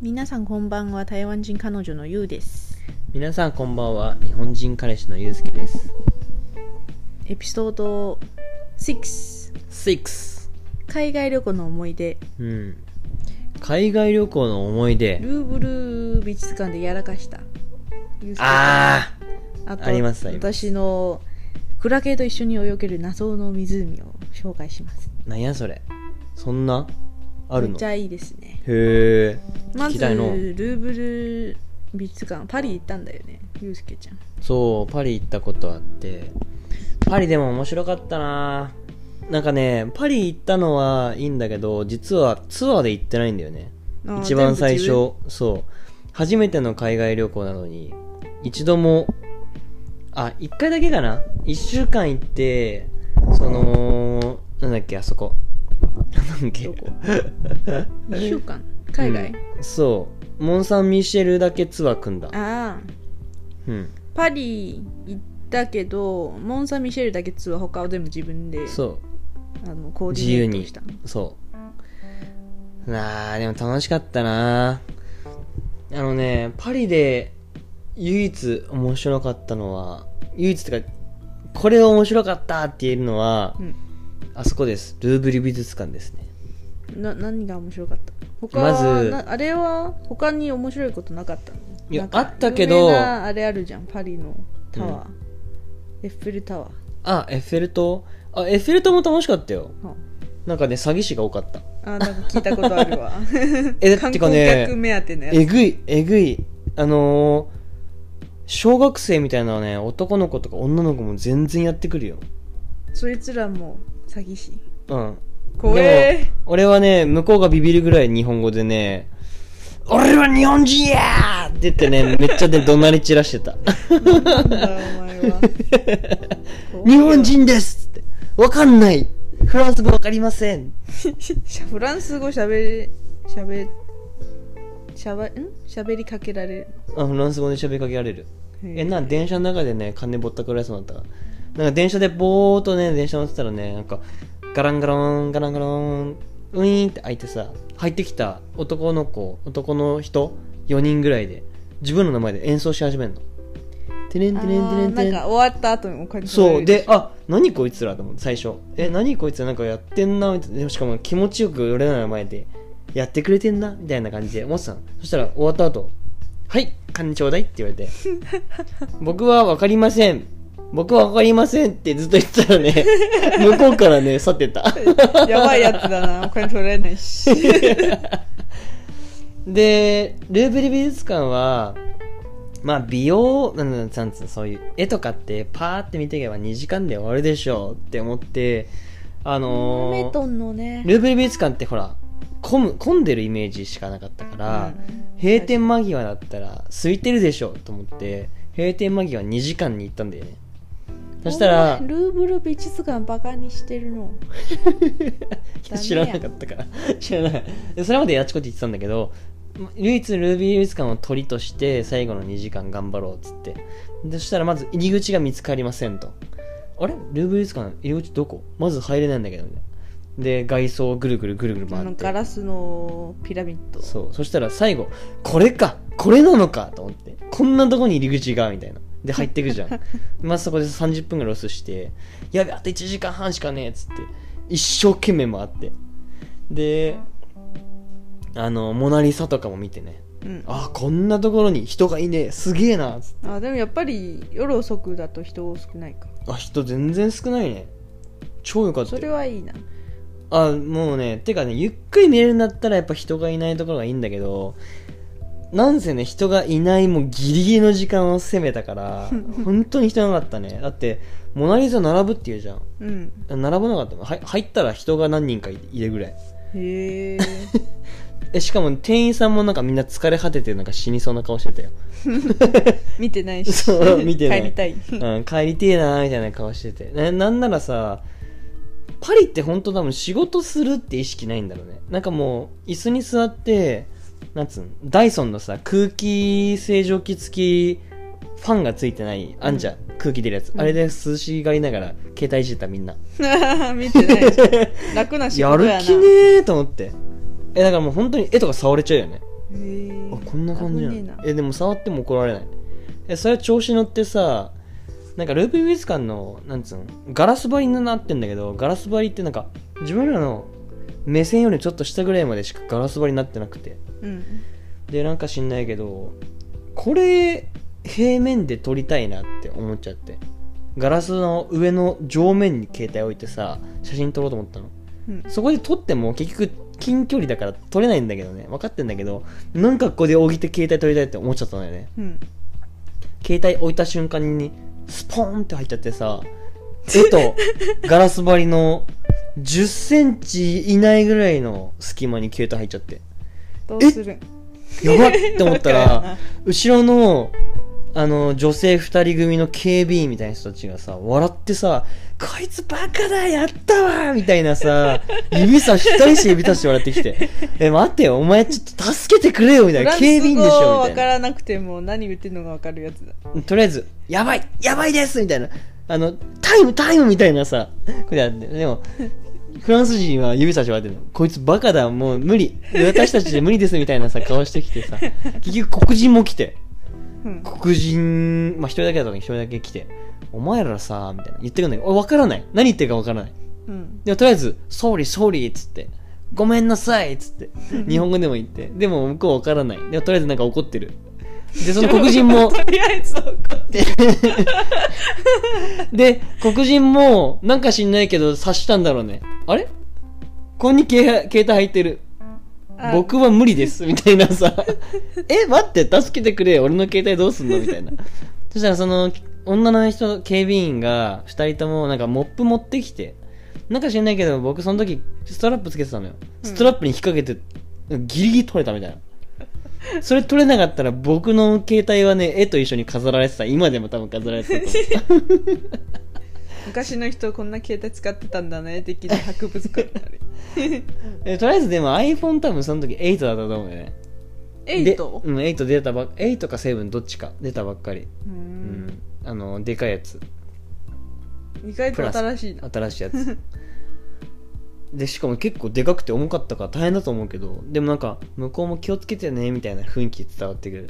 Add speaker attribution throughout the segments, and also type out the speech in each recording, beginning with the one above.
Speaker 1: 皆さんこんばんは台湾人彼女のゆうです
Speaker 2: 皆さんこんばんは日本人彼氏のゆうすけです
Speaker 1: エピソード6
Speaker 2: 6
Speaker 1: 海外旅行の思い出
Speaker 2: うん海外旅行の思い出
Speaker 1: ルーブル美術館でやらかしたゆうすけさん
Speaker 2: ああ
Speaker 1: あと
Speaker 2: ありますありま
Speaker 1: 私のクラゲと一緒に泳げる謎の湖を紹介します
Speaker 2: なんやそれそんなある
Speaker 1: めっ
Speaker 2: の
Speaker 1: ち
Speaker 2: へ
Speaker 1: ゃいいですね
Speaker 2: え
Speaker 1: ま
Speaker 2: 聞
Speaker 1: ず
Speaker 2: き
Speaker 1: ル
Speaker 2: たいの
Speaker 1: ーブル美術館パリ行ったんだよねゆうすけちゃん
Speaker 2: そうパリ行ったことあってパリでも面白かったななんかねパリ行ったのはいいんだけど実はツアーで行ってないんだよね
Speaker 1: あー
Speaker 2: 一番最
Speaker 1: 全部
Speaker 2: 初そう初めての海外旅行なのに一度もあ一回だけかな一週間行ってそのなんだっけあそこ なんだっけ
Speaker 1: どこ自由一週間海外、
Speaker 2: うんそうモン・サン・ミシェルだけツアー組んだ
Speaker 1: ああ
Speaker 2: うん
Speaker 1: パリ行ったけどモン・サン・ミシェルだけツアー他は全部自分で
Speaker 2: そ
Speaker 1: あのコ
Speaker 2: う
Speaker 1: ーデ
Speaker 2: 自
Speaker 1: ィ
Speaker 2: 由
Speaker 1: ネート
Speaker 2: に
Speaker 1: した
Speaker 2: そうなあでも楽しかったなあのねパリで唯一面白かったのは唯一ってかこれ面白かったって言えるのは、
Speaker 1: うん
Speaker 2: あそこですルーブリ美術館ですね
Speaker 1: な何が面白かった他
Speaker 2: まず
Speaker 1: なあれは他に面白いことなかったの
Speaker 2: いや
Speaker 1: なんか
Speaker 2: あったけど
Speaker 1: 有名なあれあるじゃんパリのタワー、エッフェルタワー
Speaker 2: あエッフェル塔あエッフェル塔も楽しかったよ
Speaker 1: あ
Speaker 2: なんかね詐欺師が多かった
Speaker 1: あなんか聞いたことあるわ
Speaker 2: えだ
Speaker 1: 観
Speaker 2: ってか
Speaker 1: 光
Speaker 2: ね
Speaker 1: 客目当てのやつ
Speaker 2: えぐい、えぐい。あのー小学生みたいなね、男の子とか女の子も全然やってくるよ。
Speaker 1: そいつらも詐欺師
Speaker 2: うん。
Speaker 1: 怖え
Speaker 2: 俺はね、向こうがビビるぐらい日本語でね、俺は日本人やーって言って ね、めっちゃね、怒鳴り散らしてた。
Speaker 1: なんだお前は 怖い
Speaker 2: 日
Speaker 1: よ
Speaker 2: 本人ですって。わかんない。フランス語わかりません。
Speaker 1: フランス語しゃべしゃべしゃべんしゃべりかけられる
Speaker 2: あフランス語で喋りかけられる。え、
Speaker 1: へ
Speaker 2: なんか電車の中でね、金ぼったくられそうになったから。なんか電車でぼーっとね、電車乗ってたらね、なんか、ガランガラン、ガランガラン、ウィーンって開いてさ、入ってきた男の子、男の人、4人ぐらいで、自分の名前で演奏し始めるの。てれん
Speaker 1: あ
Speaker 2: てれんてれ
Speaker 1: ー
Speaker 2: んてれ
Speaker 1: なん
Speaker 2: ん。
Speaker 1: か終わった後にお金取ら
Speaker 2: そ
Speaker 1: れ
Speaker 2: う、
Speaker 1: る
Speaker 2: で、あ、何こいつらと思って、最初。え、何こいつらなんかやってんな、みたいな。でもしかも気持ちよく俺らの前で、やってくれてんな、みたいな感じで思ってたの。そしたら終わった後、はい、金ちょうだいって言われて、僕はわかりません。僕はわかりませんってずっと言ってたらね、向こうからね、去ってった。
Speaker 1: やばいやつだなお金取られないし
Speaker 2: で、ルーブリ美術館は、まあ美容、なんなんなんつうの、そういう絵とかってパーって見ていけば2時間で終わるでしょうって思って、 あのー
Speaker 1: メトンのね
Speaker 2: ルーブル美術館ってほら混む混んでるイメージしかなかったから、
Speaker 1: うん
Speaker 2: 閉店間際だったら空いてるでしょと思って閉店間際2時間に行ったんだよねそしたら
Speaker 1: お前ルーブル美術館バカにしてるのダメや
Speaker 2: 知らなかったから 知らないでそれまであちこち行ってたんだけど唯一ルービー美術館を鳥として最後の2時間頑張ろうっつってでそしたらまず入り口が見つかりませんとあれルービー美術館入り口どこまず入れないんだけどみたいなで外装をぐるぐるぐるぐる
Speaker 1: あ
Speaker 2: 回っ
Speaker 1: の
Speaker 2: て
Speaker 1: ガラスのピラミッド
Speaker 2: そうそしたら最後これかこれなのかと思ってこんなとこに入り口がみたいなで入ってくじゃ んまあそこで30分ぐらいロスしてやべあと1時間半しかねえっつって一生懸命回ってであのモナ・リサとかも見てね
Speaker 1: うん
Speaker 2: あこんなところに人がいねえすげえなっつって
Speaker 1: あでもやっぱり夜遅くだと人少ないか
Speaker 2: あ人全然少ないね超よかった
Speaker 1: そ
Speaker 2: よ
Speaker 1: れはいいな
Speaker 2: あもうねてかねゆっくり見れるんだったらやっぱ人がいないところがいいんだけどなんせね人がいないもうギリギリの時間を攻めたから本当に人いなかったねだってモナ・リザ並ぶって言うじゃん
Speaker 1: うん
Speaker 2: 並ばなかったのは入ったら人が何人かいいるぐらい
Speaker 1: へえ
Speaker 2: えしかも店員さんもなんかみんな疲れ果ててなんか死にそうな顔してたよ、
Speaker 1: 見てないし
Speaker 2: そう見てない
Speaker 1: 帰りたい
Speaker 2: うん、帰りてえなーみたいな顔しててななんならさパリって本当多分仕事するって意識ないんだろうねなんかもう椅子に座ってなんつうのダイソンのさ空気清浄機付きファンがついてないあんじゃん、空気出るやつ、
Speaker 1: ん
Speaker 2: あれで涼しがりながら携帯してたみんな
Speaker 1: 見てないし楽な仕
Speaker 2: や
Speaker 1: 事
Speaker 2: る
Speaker 1: やな
Speaker 2: 気ねーと思ってえだからもう本当に絵とか触れちゃうよ
Speaker 1: へ
Speaker 2: ね
Speaker 1: え
Speaker 2: あこんな感じな
Speaker 1: 危ねえ
Speaker 2: のえでも触っても怒られないえそれは調子乗ってさなんかルーピー美術館のなんつうのガラス張りになってんだけどガラス張りってなんか自分らの目線よりちょっと下ぐらいまでしかガラス張りになってなくて
Speaker 1: うん
Speaker 2: でなんか知んないけどこれ平面で撮りたいなって思っちゃってガラスの上の上面に携帯置いてさ写真撮ろうと思ったの
Speaker 1: うん
Speaker 2: そこで撮っても結局近距離だから撮れないんだけどね分かってんだけどなんかここで置いて携帯撮りたいって思っちゃったのよね
Speaker 1: うん
Speaker 2: 携帯置いた瞬間にスポーンって入っちゃってさ絵とガラス張りの1 0ンチ以内ぐらいの隙間に携帯入っちゃって
Speaker 1: どうする
Speaker 2: やばっって思った
Speaker 1: わから るな
Speaker 2: 後ろのあの女性2人組の警備員みたいな人たちがさ笑ってさ「こいつバカだやったわ!」みたいなさ指さしたりして指さして笑ってきて「え待ってよお前ちょっと助けてくれよ」みたいな警備員でし
Speaker 1: フランス語
Speaker 2: ょみ
Speaker 1: わ
Speaker 2: た
Speaker 1: か
Speaker 2: い
Speaker 1: らなくても何言ってるのがわかるやつだ
Speaker 2: なとりあえず「やばいやばいです!」みたいなあのタイムタイムみたいなさこれやってでもフランス人は指さして笑ってるのこいつバカだもう無理私たちで無理ですみたいなさ顔してきてさ結局黒人も来て
Speaker 1: うん
Speaker 2: 黒人、まあ、一人だけだったのに一人だけ来て、お前らさ、みたいな言ってくんだけど、俺わからない。何言ってるかわからない。
Speaker 1: うん
Speaker 2: でもとりあえず、ソーリー、ソーリーっつって、ごめんなさいっつって、日本語でも言って、でも向こうわからない。でもとりあえずなんか怒ってる。で、その黒人も、
Speaker 1: とりあえず怒って
Speaker 2: で、黒人も、なんか知んないけど、察したんだろうね。あれここに携帯携帯入ってる。
Speaker 1: あ
Speaker 2: 僕は無理ですみたいな さえ待って助けてくれ俺の携帯どうすんのみた いなそしたらその女の人警備員が2人ともなんかモップ持ってきてなんか知らないけど僕その時ストラップつけてたのよ
Speaker 1: うん
Speaker 2: ストラップに引っ掛けてギリギリ取れたみたいなそれ取れなかったら僕の携帯はね絵と一緒に飾られてた今でも多分飾られてたと 思う
Speaker 1: 昔の人こんな携帯使ってたんだね的な博物館ある
Speaker 2: えとりあえずでも iPhone 多分その時8だったと思うよね
Speaker 1: エイ
Speaker 2: で
Speaker 1: ト
Speaker 2: うん8出たばっ8か7どっちか出たばっかり
Speaker 1: う
Speaker 2: うんんあのでかいやつ
Speaker 1: 意外
Speaker 2: プ
Speaker 1: と
Speaker 2: ラス
Speaker 1: 新しいな
Speaker 2: 新しいやつでしかも結構でかくて重かったから大変だと思うけどでもなんか向こうも気をつけてねみたいな雰囲気伝わってくる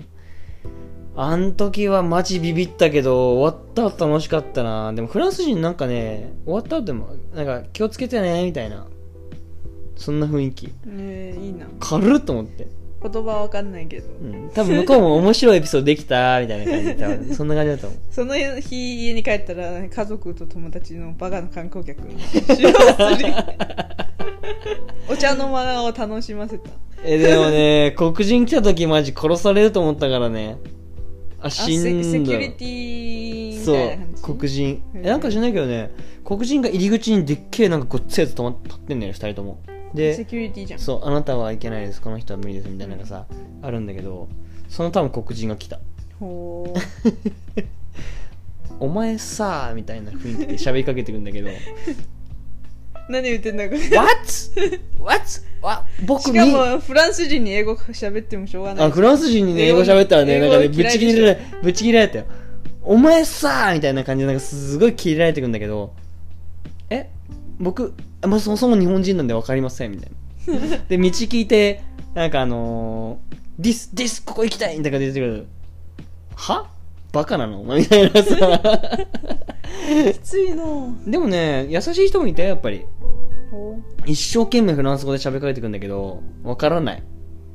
Speaker 2: あん時はマジビビったけど終わった後楽しかったなでもフランス人なんかね終わった後でもなんか気をつけてねみたいなそんな雰囲気
Speaker 1: ねえいいな
Speaker 2: 軽っと思って、
Speaker 1: 言葉わかんないけど
Speaker 2: うん、多分向こうも面白いエピソードできたみたいな感じ多分そんな感じだと思う
Speaker 1: その日家に帰ったら家族と友達のバカな観光客 の使用するお茶の間を楽しませた
Speaker 2: えでもね黒人来た時マジ殺されると思ったからねあ
Speaker 1: あ
Speaker 2: 死
Speaker 1: セ
Speaker 2: んだ
Speaker 1: セキュリティみ
Speaker 2: そ
Speaker 1: たいうな感じ
Speaker 2: 黒人
Speaker 1: へ
Speaker 2: え
Speaker 1: ー
Speaker 2: なんか知らないけどね黒人が入り口にでっけえなんかごっついやつ止ま立ってんだよね二人とも
Speaker 1: セ
Speaker 2: で
Speaker 1: キュリティじゃん
Speaker 2: そうあなたはいけないですこの人は無理ですみたいなのがさ、あるんだけどその多分黒人が来た
Speaker 1: ほー
Speaker 2: お前さーみたいな雰囲気で喋りかけてくん だけど
Speaker 1: 何言ってん だか
Speaker 2: What?What? わ僕
Speaker 1: し
Speaker 2: に
Speaker 1: かもフランス人に英語喋ってもしょうがない
Speaker 2: あフランス人にね英語喋ったらね
Speaker 1: 英語
Speaker 2: なんかね
Speaker 1: 英語
Speaker 2: ぶ
Speaker 1: 嫌
Speaker 2: ち
Speaker 1: いでしょ
Speaker 2: 切れられぶち切れられたよお前さーみたいな感じでなんかすごい切れられてくんだけどえ僕、あまあ、そもそも日本人なんで分かりませんみたいな で道聞いてなんかあのー「this this ここ行きたい」みたいな感じで出てくるはバカなのお前みたい なさ
Speaker 1: きついなほ
Speaker 2: でもね優しい人もいたよやっぱり
Speaker 1: ー
Speaker 2: 一生懸命フランス語で喋りかけてくんだけどわからない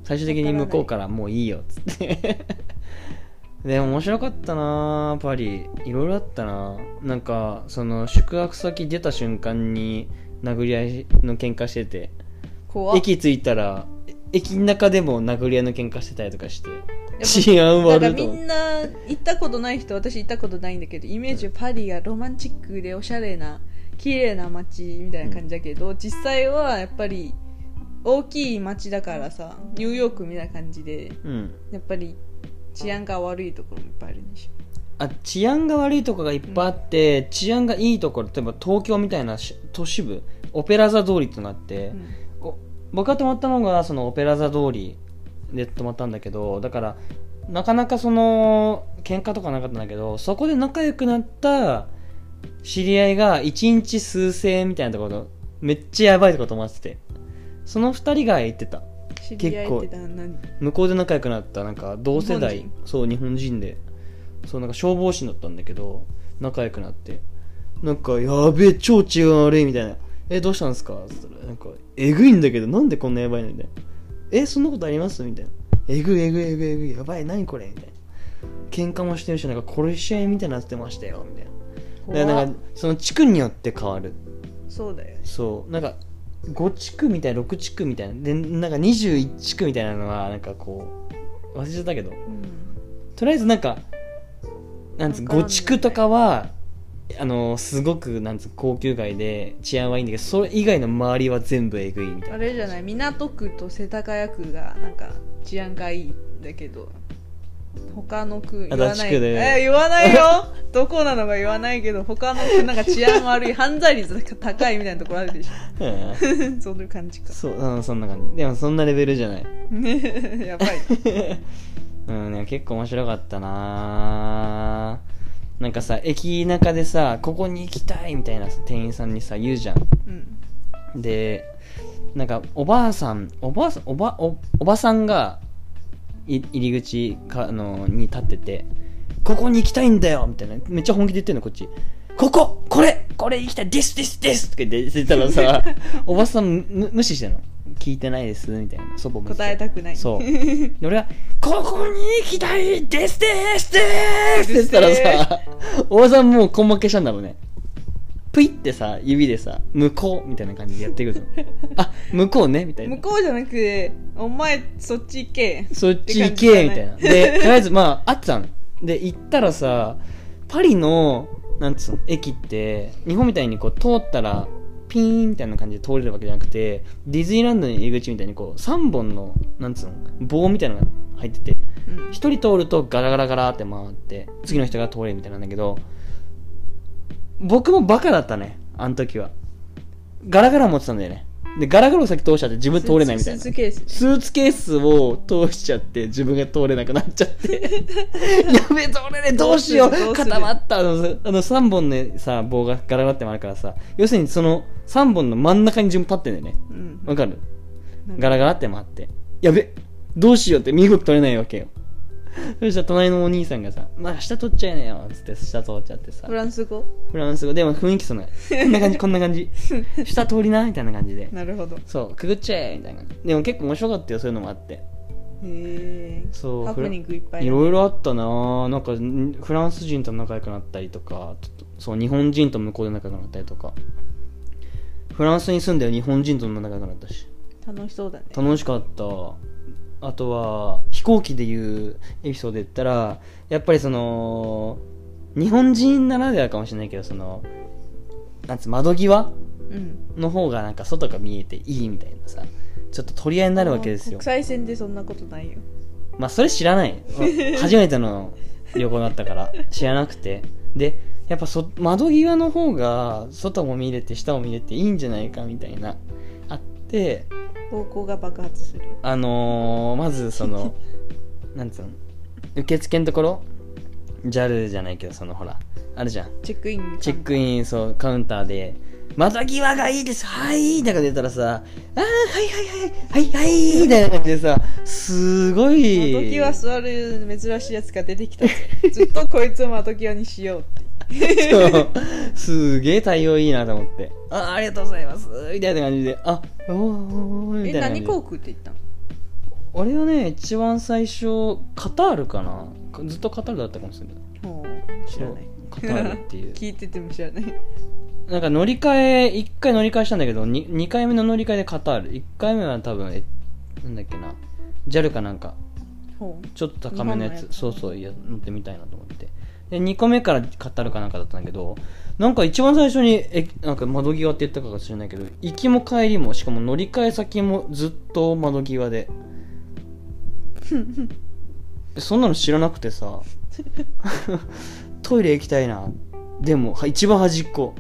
Speaker 2: 最終的に向こうからもういいよっつって でも面白かったなパリいろいろあったななんかその宿泊先出た瞬間に殴り合いの喧嘩してて
Speaker 1: 怖っ
Speaker 2: 駅着いたらえ駅の中でも殴り合いの喧嘩してたりとかして
Speaker 1: ぱ
Speaker 2: 治
Speaker 1: なん
Speaker 2: 安
Speaker 1: か
Speaker 2: 悪いと
Speaker 1: み
Speaker 2: 思って
Speaker 1: んな行ったことない人私行ったことないんだけどイメージはパリがロマンチックでおしゃれな綺麗な街みたいな感じだけど、実際はやっぱり大きい街だからさニューヨークみたいな感じで
Speaker 2: うん
Speaker 1: やっぱり治安が悪いところもいっぱいあるでしょ
Speaker 2: あ治安が悪いとこがいっぱいあって、治安がいいところ例えば東京みたいなし都市部オペラ座通りってのがあって、
Speaker 1: うん
Speaker 2: お僕が泊まったのがそのオペラ座通りで泊まったんだけどだからなかなかその喧嘩とかなかったんだけどそこで仲良くなった知り合いが一日数千円みたいなところめっちゃやばいとこ泊まっててその二人が行ってた
Speaker 1: 知り合いっ
Speaker 2: 結
Speaker 1: て
Speaker 2: 構
Speaker 1: 旦那に
Speaker 2: 向こうで仲良くなったなんか同世
Speaker 1: 日
Speaker 2: 代
Speaker 1: 本
Speaker 2: そう日本人でそうなんか消防士だったんだけど仲良くなってなんか「やべえ超治安悪い」みたいな「えどうしたんですか?」つったら「なんかえぐいんだけどなんでこんなやばいの?」みたいな「えそんなことあります?」みたいな「えぐいえぐいえぐいえぐいやばい何これ?」みたいな喧嘩もしてるしなんか殺し合いみたいになってましたよみたいなで
Speaker 1: 怖っ
Speaker 2: なんかその地区によって変わる
Speaker 1: そうだよね
Speaker 2: そうなんか5地区みたいな6地区みたいなでなんか21地区みたいなのはなんかこう忘れちゃったけど
Speaker 1: うん
Speaker 2: とりあえずなんかなんつう
Speaker 1: わかん
Speaker 2: 5
Speaker 1: ない
Speaker 2: 地区とかはあのすごくなんつう高級街で治安はいいんだけどそれ以外の周りは全部えぐいみたい
Speaker 1: あ
Speaker 2: な
Speaker 1: れじゃない港区と世田谷区がなんか治安がいいんだけど他の区言わ
Speaker 2: 足立
Speaker 1: な
Speaker 2: 区
Speaker 1: い
Speaker 2: で
Speaker 1: え言わないよどこなのか言わないけど他の区なんか治安悪 い犯罪率が高いみたいなところあるでしょ
Speaker 2: うん
Speaker 1: そういう感じか
Speaker 2: そううんそんな感じでもそんなレベルじゃない
Speaker 1: ねやばい
Speaker 2: うん、ね、結構面白かったなぁなんかさ駅中でさここに行きたいみたいなさ店員さんにさ言うじゃん
Speaker 1: うん
Speaker 2: でなんかおばあさんおばあさんおばおおばさんがい入り口かあのに立ってて「ここに行きたいんだよ」みたいなめっちゃ本気で言ってんのこっち「こここれこれ行きたいですですです」とか言ってたらさおばさんむ無視してんの「聞いてないです」みたいなそぼ無視して
Speaker 1: 答えたくない
Speaker 2: そうで俺は「ここに行きたいですですです」って言ったらさおばさんもう根負けしたんだろうねぷいってさ指でさ「向こう」みたいな感じでやって くるのあ向こうねみたいな
Speaker 1: 向こうじゃなくてお前そっち行け
Speaker 2: そっち行けみたいな。で、とりあえず、まあ、あったの。で、行ったらさ、パリの、なんつうの、駅って、日本みたいにこう、通ったら、ピーンみたいな感じで通れるわけじゃなくて、ディズニーランドの入り口みたいにこう、3本の、なんつうの、棒みたいなのが入ってて、
Speaker 1: うん
Speaker 2: 1人通るとガラガラガラって回って、次の人が通れるみたいなんだけど、僕もバカだったね、あの時は。ガラガラ持ってたんだよね。で、ガラガラを先通しちゃって自分通れないみたいな
Speaker 1: スー。ツケース
Speaker 2: スーツケースを通しちゃって自分が通れなくなっちゃってやべえ通れねえどうしよ
Speaker 1: どうするど
Speaker 2: う
Speaker 1: うする
Speaker 2: 固まったあのあの3本のさ棒がガラガラってもあるからさ要するにその3本の真ん中に自分立ってんだよね
Speaker 1: うん
Speaker 2: わかる
Speaker 1: なんか
Speaker 2: ガラガラって回ってやべえどうしようって身動き取れないわけよそしたら隣のお兄さんがさ「まあ下取っちゃえなよ」っつって下通っちゃってさ
Speaker 1: フランス語
Speaker 2: フランス語でも雰囲気そんなこんな感じこんな感じ下通りなみたいな感じで
Speaker 1: なるほどへ
Speaker 2: そうくぐっちゃえみたいな感じでも結構面白かったよそういうのもあって
Speaker 1: え
Speaker 2: そう
Speaker 1: ハプニングいっぱい
Speaker 2: いろいろあったなぁなんかんフランス人と仲良くなったりとかちょっとそう日本人と向こうで仲良くなったりとかフランスに住んでる日本人とも仲良くなったし
Speaker 1: 楽しそうだね
Speaker 2: 楽しかったあとは飛行機でいうエピソードで言ったらやっぱりその日本人ならではかもしれないけどそのなんつう窓際
Speaker 1: うん
Speaker 2: の方がなんか外が見えていいみたいなさちょっと取り合いになるわけですよ
Speaker 1: 国際線でそんなことないよ
Speaker 2: まあそれ知らない。初めての旅行だったから、知らなくて。で、やっぱそ窓際の方が、外も見れて、下も見れていいんじゃないかみたいな、あって、
Speaker 1: 膀胱が爆発する
Speaker 2: あのーまず その、なんつうの、受付のところ、JAL じゃないけど、そのほら、あるじゃん。
Speaker 1: チェックイン
Speaker 2: チェックイン、そう、カウンターで、窓際がいいです、はいとか出たらさ、あー、はいはいはい、はいはい、みたいな感じでさ、すごい。
Speaker 1: 窓際座る珍しいやつが出てきたぜずっとこいつを窓際にしようって
Speaker 2: そうすげえ対応いいなと思ってあありがとうございますみたいな感じであおーおーおー み
Speaker 1: え
Speaker 2: たいな感じ
Speaker 1: 何
Speaker 2: で
Speaker 1: 航空って言ったの
Speaker 2: 俺はね一番最初カタールかなずっとカタールだったかもしれない
Speaker 1: ほう知らない
Speaker 2: そうカタールっていう
Speaker 1: 聞いてても知らない
Speaker 2: なんか乗り換え1回乗り換えしたんだけど 2, 2回目の乗り換えでカタール1回目は多分えなんだっけな JAL かなんか
Speaker 1: ほう
Speaker 2: ちょっと高めのや
Speaker 1: 日
Speaker 2: つ
Speaker 1: 本のやつ
Speaker 2: そうそういや乗ってみたいなと思ってで2個目からカタールかなんかだったんだけどなんか一番最初にえなんか窓際って言ったかもしれないけど行きも帰りもしかも乗り換え先もずっと窓際 でそんなの知らなくてさトイレ行きたいなでもは一番端っこ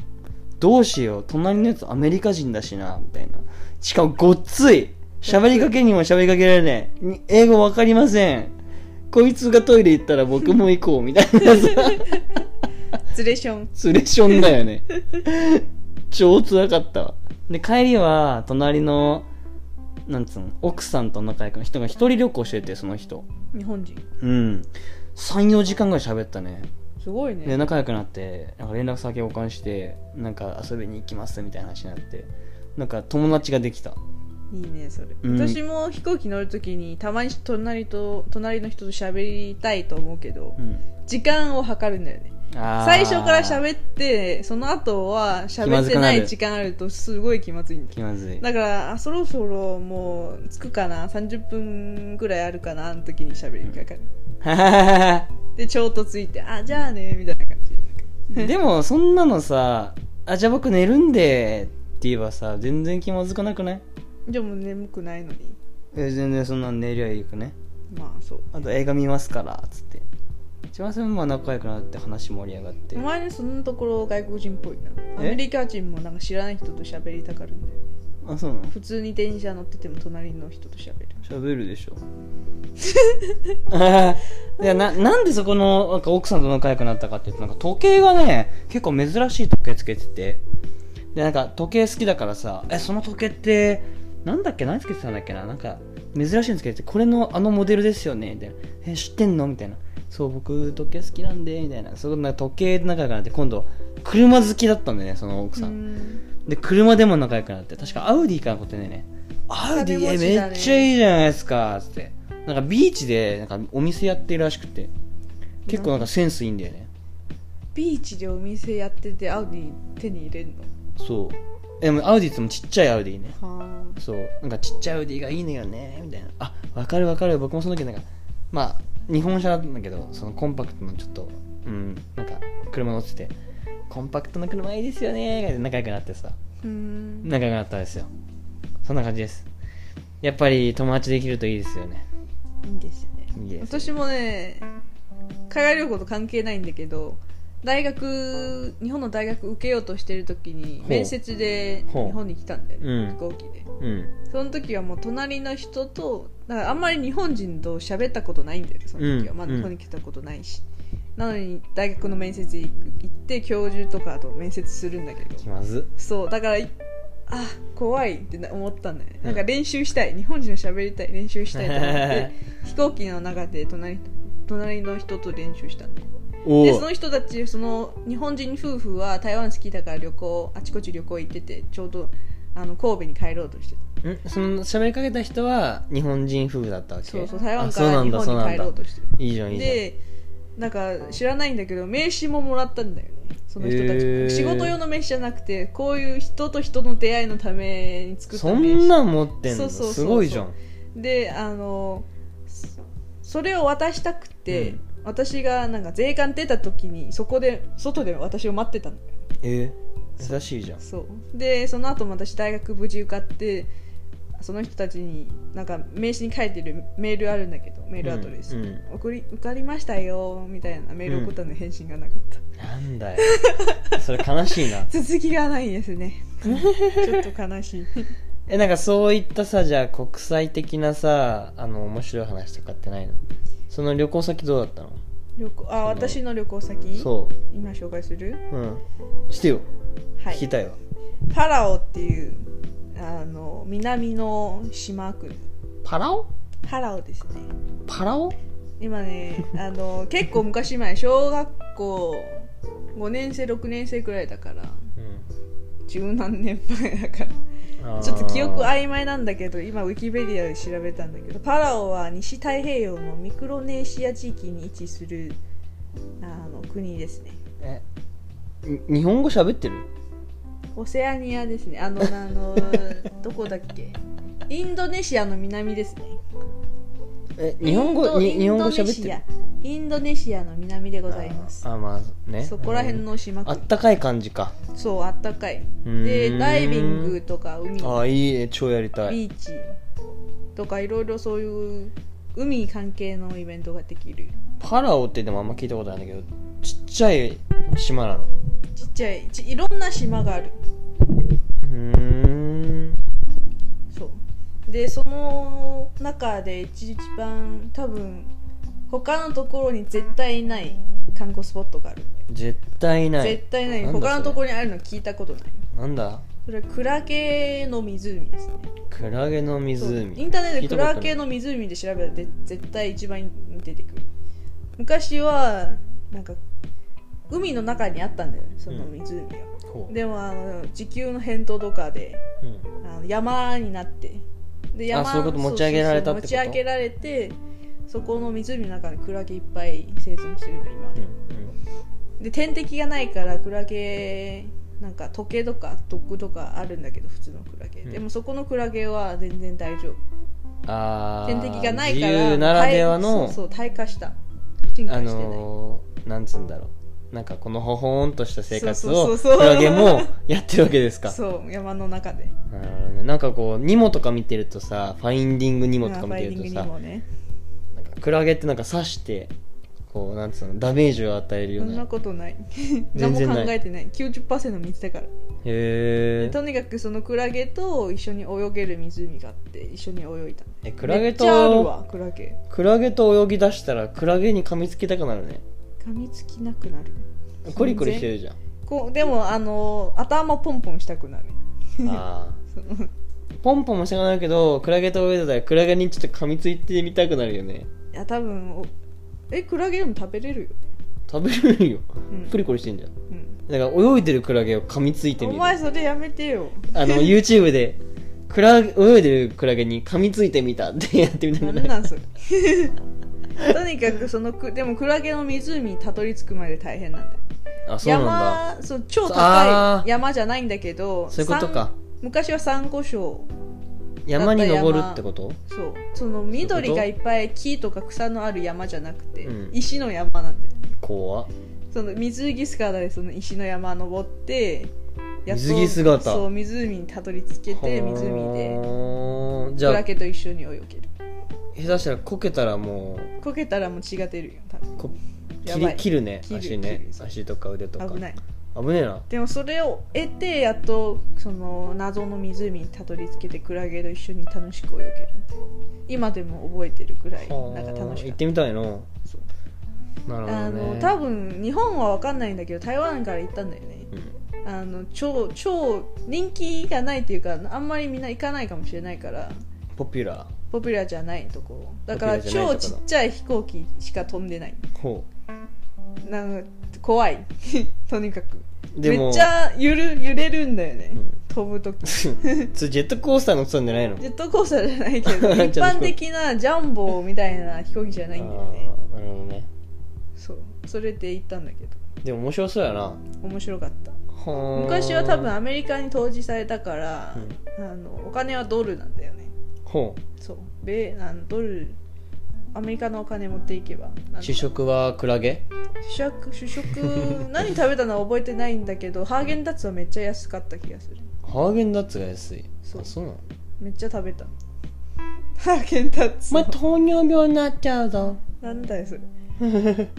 Speaker 2: どうしよう隣のやつアメリカ人だしなみたいなしかもごっつい喋りかけにも喋りかけられないに英語わかりませんこいつがトイレ行ったら僕も行こうみたいな さ
Speaker 1: ズレション
Speaker 2: ツレションだよね超辛かったわで帰りは隣のなんつうの奥さんと仲良くの人が一人旅行しててその人
Speaker 1: 日本人
Speaker 2: うん34時間ぐらい喋ったね
Speaker 1: すごいね
Speaker 2: で仲良くなってなんか連絡先交換してなんか遊びに行きますみたいな話になってなんか友達ができた
Speaker 1: いいねそれ、
Speaker 2: うん
Speaker 1: 私も飛行機乗るときにたまに隣と隣の人と喋りたいと思うけど、
Speaker 2: うん
Speaker 1: 時間を計るんだよね
Speaker 2: あー
Speaker 1: 最初から喋ってその後は喋ってな
Speaker 2: 気まずくないる
Speaker 1: 時間あるとすごい気まずいんだよ
Speaker 2: 気まずい
Speaker 1: だからあそろそろもう着くかな30分ぐらいあるかなあの時に喋りかかる、 でちょうど着いてあじゃあねみたいな感じ
Speaker 2: でもそんなのさ「あじゃあ僕寝るんで」って言えばさ全然気まずくなくない
Speaker 1: でも眠くないのに
Speaker 2: え全然そんなの寝りゃいいくね
Speaker 1: まあそう
Speaker 2: あと映画見ますからつって一番それもまあ仲良くなって話盛り上がって
Speaker 1: お前ねそのところ外国人っぽいなア
Speaker 2: え
Speaker 1: メリカ人もなんか知らない人と喋りたがるんだよね
Speaker 2: あそうなの
Speaker 1: 普通に電車乗ってても隣の人と喋る
Speaker 2: 喋るでしょあ ーいやななんでそこのなんか奥さんと仲良くなったかっていうとなんか時計がね結構珍しい時計つけててでなんか時計好きだからさえその時計ってなんだっけ何つけてたんだっけななんか珍しいのつけててこれのあのモデルですよねみたいなえ知ってんのみたいなそう僕時計好きなんでみたいなそこなんか時計で仲良くなって今度車好きだったんだよねその奥さん
Speaker 1: うん
Speaker 2: で車でも仲良くなって確かアウディかなことでねアウディ
Speaker 1: 金持
Speaker 2: え
Speaker 1: ちだね
Speaker 2: めっちゃいいじゃないですかつってなんかビーチでなんかお店やってるらしくて結構なんかセンスいいんだよね
Speaker 1: ビーチでお店やっててアウディ手に入れるの
Speaker 2: そうでもアウディってもちっちゃいアウディね
Speaker 1: はあ
Speaker 2: そうなんかちっちゃいアウディがいいのよねみたいなあわかるわかる僕もその時なんかまあ日本車だったんだけどそのコンパクトのちょっとうんなんか車乗っててコンパクトな車いいですよねって仲良くなってさ
Speaker 1: うん
Speaker 2: 仲良くなったんですよそんな感じですやっぱり友達できるといいですよね
Speaker 1: いいですね
Speaker 2: いいです
Speaker 1: 私もね海外旅行と関係ないんだけど大学日本の大学受けようとしてる時に
Speaker 2: ほう
Speaker 1: 面接で
Speaker 2: ほう
Speaker 1: 日本に来たんだよね、
Speaker 2: うん
Speaker 1: 飛行機で
Speaker 2: うん
Speaker 1: その時はもう隣の人とだからあんまり日本人と喋ったことないんだよねその時は、
Speaker 2: うん
Speaker 1: まあ、
Speaker 2: うん
Speaker 1: 日本に来たことないし、なのに大学の面接行く行って教授とかと面接するんだけど
Speaker 2: 気まず
Speaker 1: そうだからいあ怖いってな思ったんだよね、
Speaker 2: うん
Speaker 1: なんか練習したい日本人の喋りたい練習したいと思って飛行機の中で隣隣の人と練習したんだよ
Speaker 2: お
Speaker 1: でその人たちその日本人夫婦は台湾好きだから旅行あちこち旅行行っててちょうどあの神戸に帰ろうとしてた
Speaker 2: んその喋りかけた人は日本人夫婦だったわけ
Speaker 1: そうそう台湾
Speaker 2: あ
Speaker 1: か
Speaker 2: そう
Speaker 1: ら
Speaker 2: なん
Speaker 1: 日
Speaker 2: だそう
Speaker 1: 本に
Speaker 2: な
Speaker 1: 帰
Speaker 2: ん
Speaker 1: ろ
Speaker 2: だ
Speaker 1: うとして
Speaker 2: いいじゃんいいじゃん
Speaker 1: でなんか知らないんだけど名刺ももらったんだよねその人たち、
Speaker 2: へー
Speaker 1: 仕事用の名刺じゃなくてこういう人と人の出会いのために作った
Speaker 2: そ
Speaker 1: 名刺
Speaker 2: んなん持ってん
Speaker 1: そう
Speaker 2: の
Speaker 1: そうそうそう
Speaker 2: すごいじゃん
Speaker 1: であのそそれを渡したくて、
Speaker 2: うん
Speaker 1: 私がなんか税関出た時にそこで外で私を待ってたの
Speaker 2: え優しいじゃん
Speaker 1: そうでその後も私大学無事受かってその人たちになんか名刺に書いてるメールあるんだけどメールアドレス、
Speaker 2: うんうん
Speaker 1: 送り受かりましたよみたいなメール送ったのに返信がなかった、
Speaker 2: なんだよ それ悲しいな
Speaker 1: 続きがないですね ちょっと悲しい
Speaker 2: えなんかそういったさじゃあ国際的なさあの面白い話とかってないのその旅行先どうだったの
Speaker 1: 旅行あ
Speaker 2: の
Speaker 1: 私の旅行先
Speaker 2: そ
Speaker 1: 今紹介する
Speaker 2: ううんしてよ、
Speaker 1: はい
Speaker 2: 聞きたいわ
Speaker 1: パラオっていうあの南の島国
Speaker 2: パラオ
Speaker 1: パラオですね
Speaker 2: パラオ
Speaker 1: 今ねあの結構昔前小学校5年生6年生くらいだから十何年前だからちょっと記憶曖昧なんだけど今ウィキペディアで調べたんだけどパラオは西太平洋のミクロネシア地域に位置するあの国ですね
Speaker 2: えに日本語喋ってる
Speaker 1: オセアニアですねあのあのどこだっけインドネシアの南ですね
Speaker 2: え日本語に日本語喋ってる
Speaker 1: るインドネシアの南でございます
Speaker 2: あーあーまあね
Speaker 1: そこら辺の島
Speaker 2: あ
Speaker 1: 国
Speaker 2: ったかい感じか
Speaker 1: そうあったかいう
Speaker 2: ー
Speaker 1: で
Speaker 2: ん
Speaker 1: ダイビングとか海ビ
Speaker 2: あーいいえ超やりたい
Speaker 1: ーチとかいろいろそういう海関係のイベントができる
Speaker 2: パラオってでもあんま聞いたことないんだけどちっちゃい島なの
Speaker 1: ちっちゃいちいろんな島がある
Speaker 2: うーん
Speaker 1: そうでその中で一番多分他のところに絶対ない観光スポットがあるんだよ
Speaker 2: 絶対ない
Speaker 1: 絶対ない
Speaker 2: なんだそれ
Speaker 1: 他のところにあるの聞いたことない
Speaker 2: なんだ
Speaker 1: それはクラゲの湖ですね
Speaker 2: クラゲの
Speaker 1: そうイ
Speaker 2: 湖
Speaker 1: ンターネット
Speaker 2: 聞
Speaker 1: で
Speaker 2: い
Speaker 1: ク
Speaker 2: たことない
Speaker 1: ラゲの湖で調べたらで絶対一番出てくる昔はなんか海の中にあったんだよねその湖が、
Speaker 2: ほう
Speaker 1: でもあの地球の返答とかで
Speaker 2: うん
Speaker 1: あの山になってで
Speaker 2: あそういうこと持ち上げられたってこと
Speaker 1: そうそうそう持ち上げられてそこの湖の中にクラゲいっぱい生存してるの今
Speaker 2: う
Speaker 1: で,、
Speaker 2: ん
Speaker 1: で天敵がないからクラゲなんか時計とか毒とかあるんだけど普通のクラゲ、
Speaker 2: うん
Speaker 1: でもそこのクラゲは全然大丈夫
Speaker 2: あ
Speaker 1: 天
Speaker 2: ー
Speaker 1: 敵がないから
Speaker 2: 自由ならではの
Speaker 1: そうそう退化した進化
Speaker 2: あ
Speaker 1: してない、
Speaker 2: のー、なんつうんだろうなんかこのほほーんとした生活
Speaker 1: そ
Speaker 2: を
Speaker 1: う
Speaker 2: ク
Speaker 1: そうそうそう
Speaker 2: ラゲもやってるわけですか
Speaker 1: そう山の中で
Speaker 2: なるほどねなんかこうニモとか見てるとさファインディングニモとか見てる
Speaker 1: あファ
Speaker 2: とさ
Speaker 1: インディングにもね
Speaker 2: なんかクラゲってなんか刺してこうなんつうのダメージを与えるよ
Speaker 1: そ
Speaker 2: うん
Speaker 1: な
Speaker 2: な
Speaker 1: ことない
Speaker 2: 全
Speaker 1: 何も
Speaker 2: 然ない
Speaker 1: 考えてない90%水だから
Speaker 2: へ
Speaker 1: でとにかくそのクラゲと一緒に泳げる湖があって一緒に泳いだ
Speaker 2: えクラゲ
Speaker 1: めっちゃある
Speaker 2: と
Speaker 1: わクラゲ
Speaker 2: クラゲと泳ぎ出したらクラゲに噛みつきたくなるね
Speaker 1: 噛みつきなくなる
Speaker 2: コリコリしてる じゃん
Speaker 1: こうでもあの頭ポンポンしたくなる
Speaker 2: あーポンポンもしたくなるけどクラゲと泳いでたらクラゲにちょっと噛みついてみたくなるよね
Speaker 1: いや多分おえクラゲでも食べれるよ、
Speaker 2: 食べれるよ、
Speaker 1: ん
Speaker 2: コリコリしてんじゃん
Speaker 1: うん、
Speaker 2: だから泳いでるクラゲを噛みついてみ
Speaker 1: お
Speaker 2: る
Speaker 1: 前それやめてよ
Speaker 2: あの YouTube でクラ泳いでるクラゲに噛みついてみたって やってみた
Speaker 1: なんん
Speaker 2: だ
Speaker 1: で
Speaker 2: ね
Speaker 1: なんそれとにかくそのくでもクラゲの湖にたどり着くまで大変なんだよ
Speaker 2: あそうなんだ
Speaker 1: 山そう超
Speaker 2: あ
Speaker 1: 高
Speaker 2: ー
Speaker 1: い山じゃないんだけど
Speaker 2: そういうことか
Speaker 1: 山昔はサンゴ礁
Speaker 2: 山に登るってこと
Speaker 1: そうその緑がいっぱい木とか草のある山じゃなくて、
Speaker 2: うん
Speaker 1: 石の山なんで
Speaker 2: 怖っ
Speaker 1: その水着姿でその石の山登ってやっと
Speaker 2: 水着姿
Speaker 1: そう湖にたどり着けて湖で
Speaker 2: ほーじ
Speaker 1: ク
Speaker 2: ゃあ
Speaker 1: ラゲと一緒に泳げる
Speaker 2: 下手したらこけたらも
Speaker 1: こけたらもう血が出るよ多
Speaker 2: うこ
Speaker 1: や
Speaker 2: 切
Speaker 1: ばい
Speaker 2: り切るね
Speaker 1: 切る
Speaker 2: 足ね
Speaker 1: 切る
Speaker 2: 足とか腕とか
Speaker 1: 分危ない
Speaker 2: 危ねえな
Speaker 1: でもそれを得てやっとその謎の湖にたどり着けてクラゲと一緒に楽しく泳げる今でも覚えてるぐらい
Speaker 2: は
Speaker 1: なんか
Speaker 2: あ
Speaker 1: 楽し
Speaker 2: 行
Speaker 1: かっ
Speaker 2: っ
Speaker 1: て
Speaker 2: みたいななる
Speaker 1: たそう
Speaker 2: ほどね
Speaker 1: あの多分日本は分かんないんだけど台湾から行ったんだよねあの超超人気がないっていうかあんまりみんな行かないかもしれないから
Speaker 2: ポピュラ
Speaker 1: ポピュラーじゃないとこだか
Speaker 2: ポ
Speaker 1: ら
Speaker 2: ピュラーじゃ
Speaker 1: 超ち
Speaker 2: ないとこだ
Speaker 1: っちゃい飛行機しか飛んでない
Speaker 2: ーほ
Speaker 1: なんか怖い とにかく
Speaker 2: うでも
Speaker 1: めっちゃ揺る揺れるんだよね、
Speaker 2: うん
Speaker 1: 飛ぶ時ジ
Speaker 2: それジェットコースター乗ってたんじゃないの
Speaker 1: ェットコースターじゃないけ ど
Speaker 2: ちゃんと飛行
Speaker 1: 一
Speaker 2: 機
Speaker 1: 般的なジャンボみたいな飛行機じゃないんだよね
Speaker 2: あーなるほどね
Speaker 1: そうそれで行ったんだけど
Speaker 2: でも面白そうやな
Speaker 1: 面白かった
Speaker 2: はあ
Speaker 1: 昔は多分アメリカに統治されたから、あのお金はドルなんだよね
Speaker 2: ほう
Speaker 1: そう米あのドルアメリカのお金持っていけばなんか
Speaker 2: 主食はクラゲ
Speaker 1: 主食主食何食 べたのは覚えてないんだけどハーゲンダッツはめっちゃ安かった気がする
Speaker 2: ハーゲンダッツが安い
Speaker 1: そう
Speaker 2: あそうなの
Speaker 1: めっちゃ食べた ハーゲンダッツ
Speaker 2: ま
Speaker 1: の
Speaker 2: 糖尿病になっちゃうぞ
Speaker 1: なんだよそれ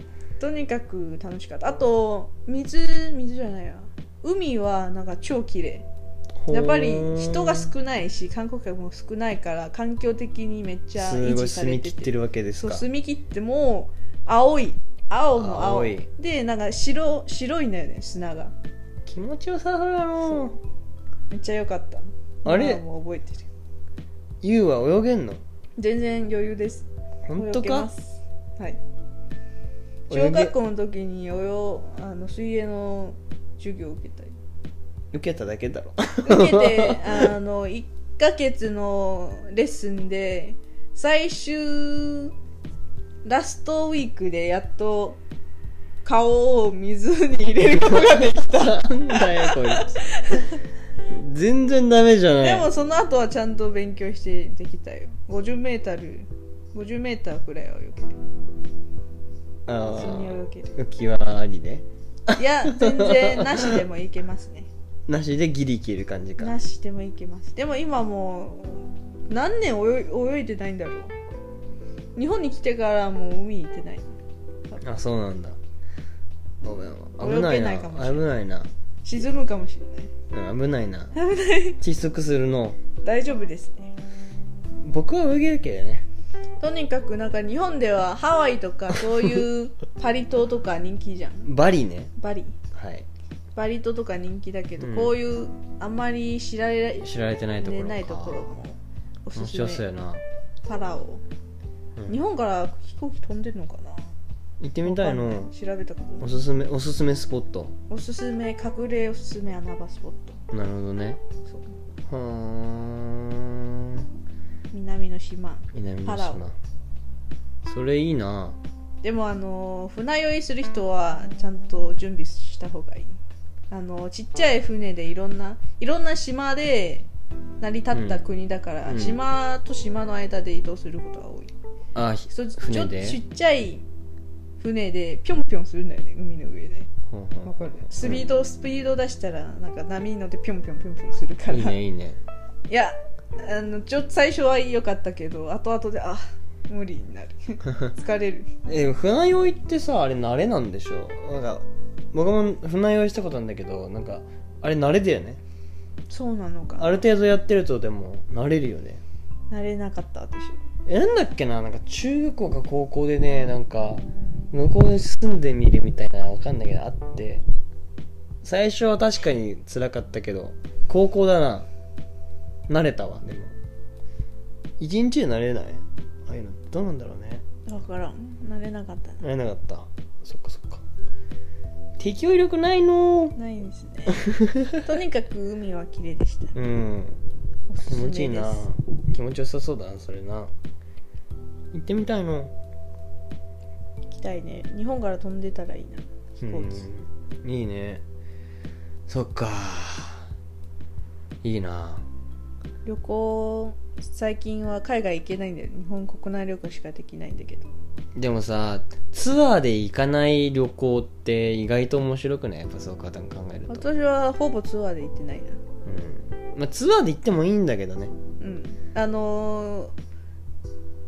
Speaker 1: とにかく楽しかったあと水水じゃないや海はなんか超綺麗やっぱり人が少ないし観光客も少ないから環境的にめっちゃ
Speaker 2: す
Speaker 1: 維
Speaker 2: ご
Speaker 1: 持
Speaker 2: い
Speaker 1: さ
Speaker 2: 澄
Speaker 1: れ
Speaker 2: み
Speaker 1: て
Speaker 2: 切っててるわけです
Speaker 1: そう
Speaker 2: か
Speaker 1: 澄み切ってもう青い青の青
Speaker 2: 青い
Speaker 1: でなんか白白いんだよね砂が
Speaker 2: 気持ちよさそうやな
Speaker 1: めっちゃ良かった
Speaker 2: あれ
Speaker 1: 今はもう覚えてる
Speaker 2: ユウは泳げんの
Speaker 1: 全然余裕です
Speaker 2: 本
Speaker 1: 泳
Speaker 2: 当
Speaker 1: げま
Speaker 2: か
Speaker 1: すはい
Speaker 2: 泳げ
Speaker 1: 小学校の時に泳あの水泳の授業を受けたり
Speaker 2: 受けただけだろ
Speaker 1: 受けてあの1ヶ月のレッスンで最終ラストウィークでやっと顔を水に入れ ることができた
Speaker 2: なんだよこい つ全然ダメじゃない
Speaker 1: でもその後はちゃんと勉強してできたよ 50m 50m くらいは泳げる
Speaker 2: あ
Speaker 1: 普通に泳
Speaker 2: ー
Speaker 1: げる
Speaker 2: 浮きはありね
Speaker 1: いや全然なしでもいけますね
Speaker 2: なしでギリいける感じか
Speaker 1: なしでもいけますでも今もう何年泳い泳いでないんだろう日本に来てからもう海行ってない
Speaker 2: あそうなんだごめん
Speaker 1: 泳
Speaker 2: 危な
Speaker 1: げ
Speaker 2: い
Speaker 1: な
Speaker 2: ない
Speaker 1: かもしれない
Speaker 2: 危ないな
Speaker 1: 沈むかもしれない
Speaker 2: うん危ないな窒息するの
Speaker 1: 大丈夫ですね
Speaker 2: 僕は泳げるけどね
Speaker 1: とにかくなんか日本ではハ ワイとかそういうパリ島とか人気じゃん
Speaker 2: バリね
Speaker 1: バリ
Speaker 2: はい
Speaker 1: バリ島とか人気だけど、
Speaker 2: うん
Speaker 1: こういうあんまり知られ
Speaker 2: 知られてないところ
Speaker 1: で
Speaker 2: か
Speaker 1: ないところもおす
Speaker 2: 面
Speaker 1: すめ
Speaker 2: 白そうやな、
Speaker 1: パラオ
Speaker 2: うん
Speaker 1: 日本から飛行機飛んでるのかな
Speaker 2: 行ってみたい
Speaker 1: わかんな
Speaker 2: の
Speaker 1: 調べたことな
Speaker 2: お
Speaker 1: い
Speaker 2: すすめおすすめスポット
Speaker 1: おすすめ隠れおすすめ穴場スポッ
Speaker 2: なるほどね
Speaker 1: トそう
Speaker 2: はーん
Speaker 1: 南の島
Speaker 2: 南の
Speaker 1: パラ
Speaker 2: 島それいいな
Speaker 1: でもあの船酔いする人はちゃんと準備した方がいいあのちっちゃい船でいろんないろんな島で成り立った国だから、
Speaker 2: うん
Speaker 1: 島と島の間で移動することが多い、
Speaker 2: あひ
Speaker 1: そち
Speaker 2: 船
Speaker 1: ょ
Speaker 2: で
Speaker 1: ちっちゃい船でぴょんぴょんするんだよね海の上で
Speaker 2: ほうほう
Speaker 1: わかるスピード、スピード出したらなんか波に乗ってぴょんぴょんぴょんぴょんするから
Speaker 2: いいねいいね
Speaker 1: いやあのちょっと最初は良かったけど後々であ無理 になる疲れる
Speaker 2: え船酔いってさあれ慣れなんでしょなんか僕も船酔いしたことあるんだけどなんかあれ慣れだよね
Speaker 1: そうなのか
Speaker 2: ある程度やってるとでも慣れるよね
Speaker 1: なれなかったでし
Speaker 2: えなんだっけななんか中学校か高校でねなんか向こうに住んでみるみたいなわかんないけどあって最初は確かに辛かったけど高校だな慣れたわでも一日で慣れないああいうのどうなんだろうね
Speaker 1: ょわからんなれなかった
Speaker 2: 慣れなかったそっかそっか適応力ないの
Speaker 1: ないですね とにかく海は綺麗でした
Speaker 2: うん
Speaker 1: おす
Speaker 2: 気
Speaker 1: すめ
Speaker 2: 持
Speaker 1: です
Speaker 2: ちいいな気持ちよさそうだなそれな行ってみたいの
Speaker 1: 行きたいね日本から飛んでたらいいな飛行機
Speaker 2: うんいいねそっかいいな
Speaker 1: 旅行最近は海外行けないんだよ日本国内旅行しかできないんだけど
Speaker 2: でもさツアーで行かない旅行って意外と面白くないやっぱそう考えると、
Speaker 1: 私はほぼツアーで行ってないな
Speaker 2: うんまあ、ツアーで行ってもいいんだけどね
Speaker 1: うんあのー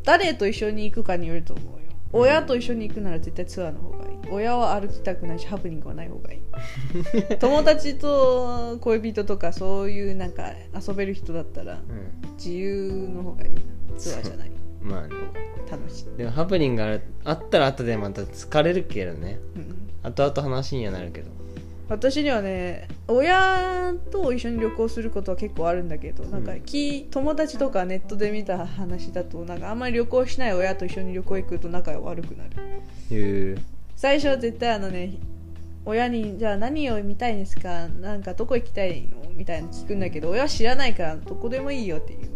Speaker 1: 誰と一緒に行くかによると思うよ親と一緒に行くなら絶対ツアーの方がいい親は歩きたくないしハプニングはない方がいい友達と恋人とかそういうなんか遊べる人だったら
Speaker 2: うん
Speaker 1: 自由の方がいいなツアーじゃない
Speaker 2: まあね
Speaker 1: 楽しい、
Speaker 2: でもハプニングがあるあったらあったでまた疲れるけどね
Speaker 1: うん、
Speaker 2: 後々話にはなるけど
Speaker 1: 私にはね親と一緒に旅行することは結構あるんだけどなんか
Speaker 2: うん
Speaker 1: き友達とかネットで見た話だとなんかあんまり旅行しない親と一緒に旅行行くと仲が悪くなる
Speaker 2: へ
Speaker 1: 最初は絶対あのね親に「じゃあ何を見たいんですかなんかどこ行きたいの?」みたいに聞くんだけど親は知らないからどこでもいいよって言う